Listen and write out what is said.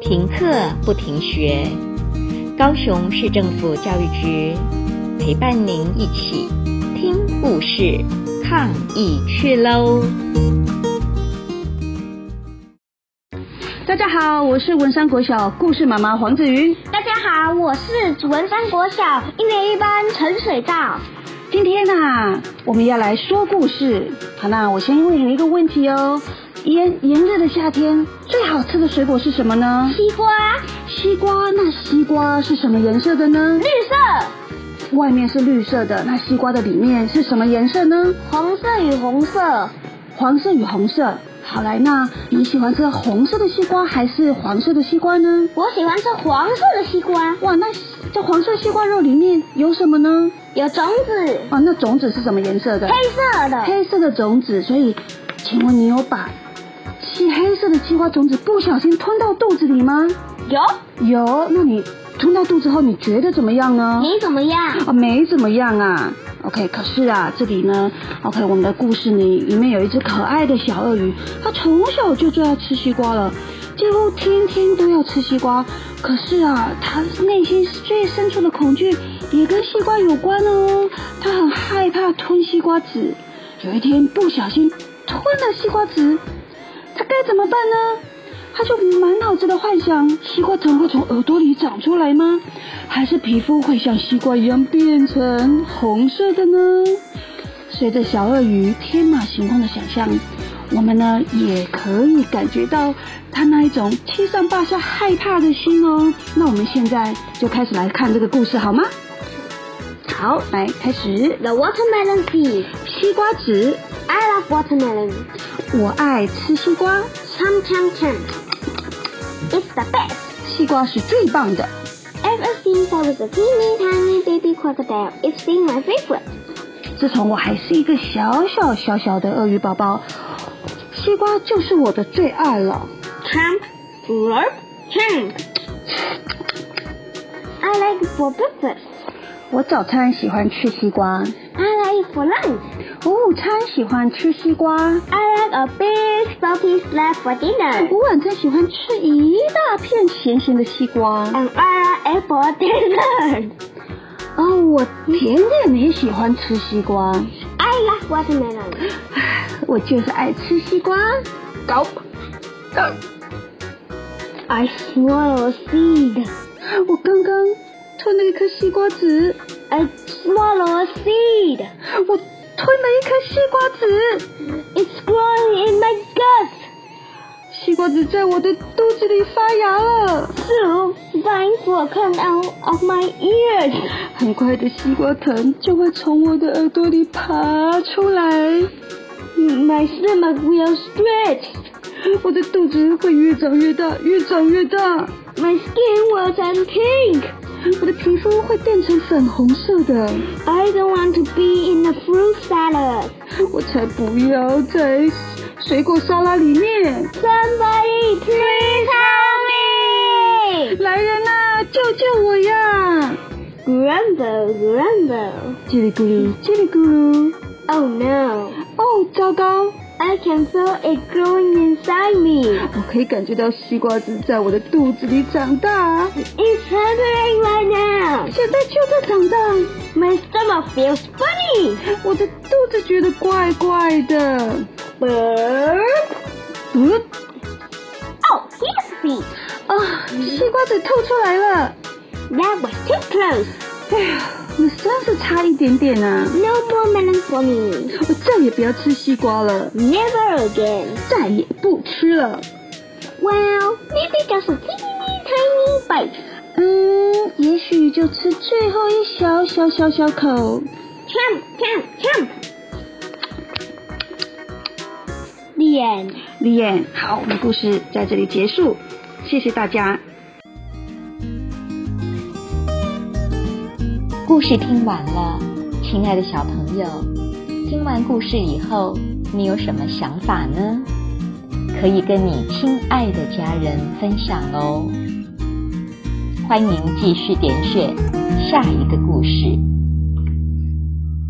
停课不停学，高雄市政府教育局陪伴您一起听故事、抗疫去喽！大家好，我是文山国小故事妈妈黄子云。大家好，我是文山国小一年一班陈水道。今天呢、我们要来说故事。好，那我先问你一个问题哦。炎炎热的夏天，最好吃的水果是什么呢？西瓜西瓜。那西瓜是什么颜色的呢？绿色、外面是绿色的，那西瓜的里面是什么颜色呢？红色与红色，黄色与红色。好来，那你喜欢吃红色的西瓜还是黄色的西瓜呢？我喜欢吃黄色的西瓜，哇，那这黄色西瓜肉里面有什么呢？有种子，啊，那种子是什么颜色的？黑色的。黑色的种子，所以，请问你有把西黑色的西瓜种子不小心吞到肚子里吗？有，有，那你吞到肚子后，你觉得怎么样呢？你怎么样？啊，没怎么样啊。OK，可是啊，这里呢，OK，我们的故事里里面有一只可爱的小鳄鱼，它从小就最爱吃西瓜了，几乎天天都要吃西瓜。可是啊，它内心最深处的恐惧也跟西瓜有关哦，它很害怕吞西瓜籽。有一天不小心吞了西瓜籽，它该怎么办呢？他就满脑子的幻想：西瓜藤会从耳朵里长出来吗？还是皮肤会像西瓜一样变成红色的呢？随着小鳄鱼天马行空的想象，我们呢也可以感觉到他那一种七上八下、害怕的心哦。那我们现在就开始来看这个故事好吗？好，来开始。 The watermelon seed. 西瓜籽， I love watermelon. 我爱吃西瓜， Chum chum chum. It's the best. 西瓜是最棒的。 Ever since I was a teeny tiny baby crocodile, it's been my favorite. 自从我还是一个小小小小的鳄鱼宝宝，西瓜就是我的最爱了。 Tramp, slurp, tramp. I like it for breakfast. 我早餐喜欢吃西瓜， I like it for lunch. 我午餐喜欢吃西瓜， I like a big salty slab for dinner. 我晚餐喜欢吃一大片咸咸的西瓜。 And I like it for dessert. 哦，我甜甜也喜欢吃西瓜， I like watermelon. 我就是爱吃西瓜。Gulp, gulp. I swallow a seed. 我刚刚吞了一颗西瓜籽， I swallow a seed. 我吞了一颗西瓜籽。 It's growing in my guts. 西瓜籽在我的肚子里发芽了。 Soon, vines will come out of my ears. 很快的西瓜藤就会从我的耳朵里爬出来， My stomach will stretch. 我的肚子会越长越大，越长越大， My skin will turn pink. 我的皮肤会变成粉红色的。 I don't want to be in a fruit salad. 我才不要在水果沙拉里面！ Somebody please help me! 来人呐、救救我呀！ Grumble, grumble. 叽里咕噜，叽里咕噜。 Oh no, 哦，糟糕！ I can feel it growing inside me. 我可以感觉到西瓜子在我的肚子里长大， It's hungry right now. 现在就在长大。 My stomach feels funny. 我的肚子觉得怪怪的。呃 Burp. 嗯， Oh, here's a seed. 啊，西瓜籽吐出来了。 That was too close. 哎呀，我真是差一点点啊！ No more melon for me. 我再也不要吃西瓜了， Never again. 再也不吃了。 Well, maybe just a teeny tiny bite. 嗯，也许就吃最后一小小小小口。 Chomp, chomp, chomp. The end. 李燕，好，我们故事在这里结束，谢谢大家。故事听完了，亲爱的小朋友，听完故事以后，你有什么想法呢？可以跟你亲爱的家人分享哦。欢迎继续点选下一个故事。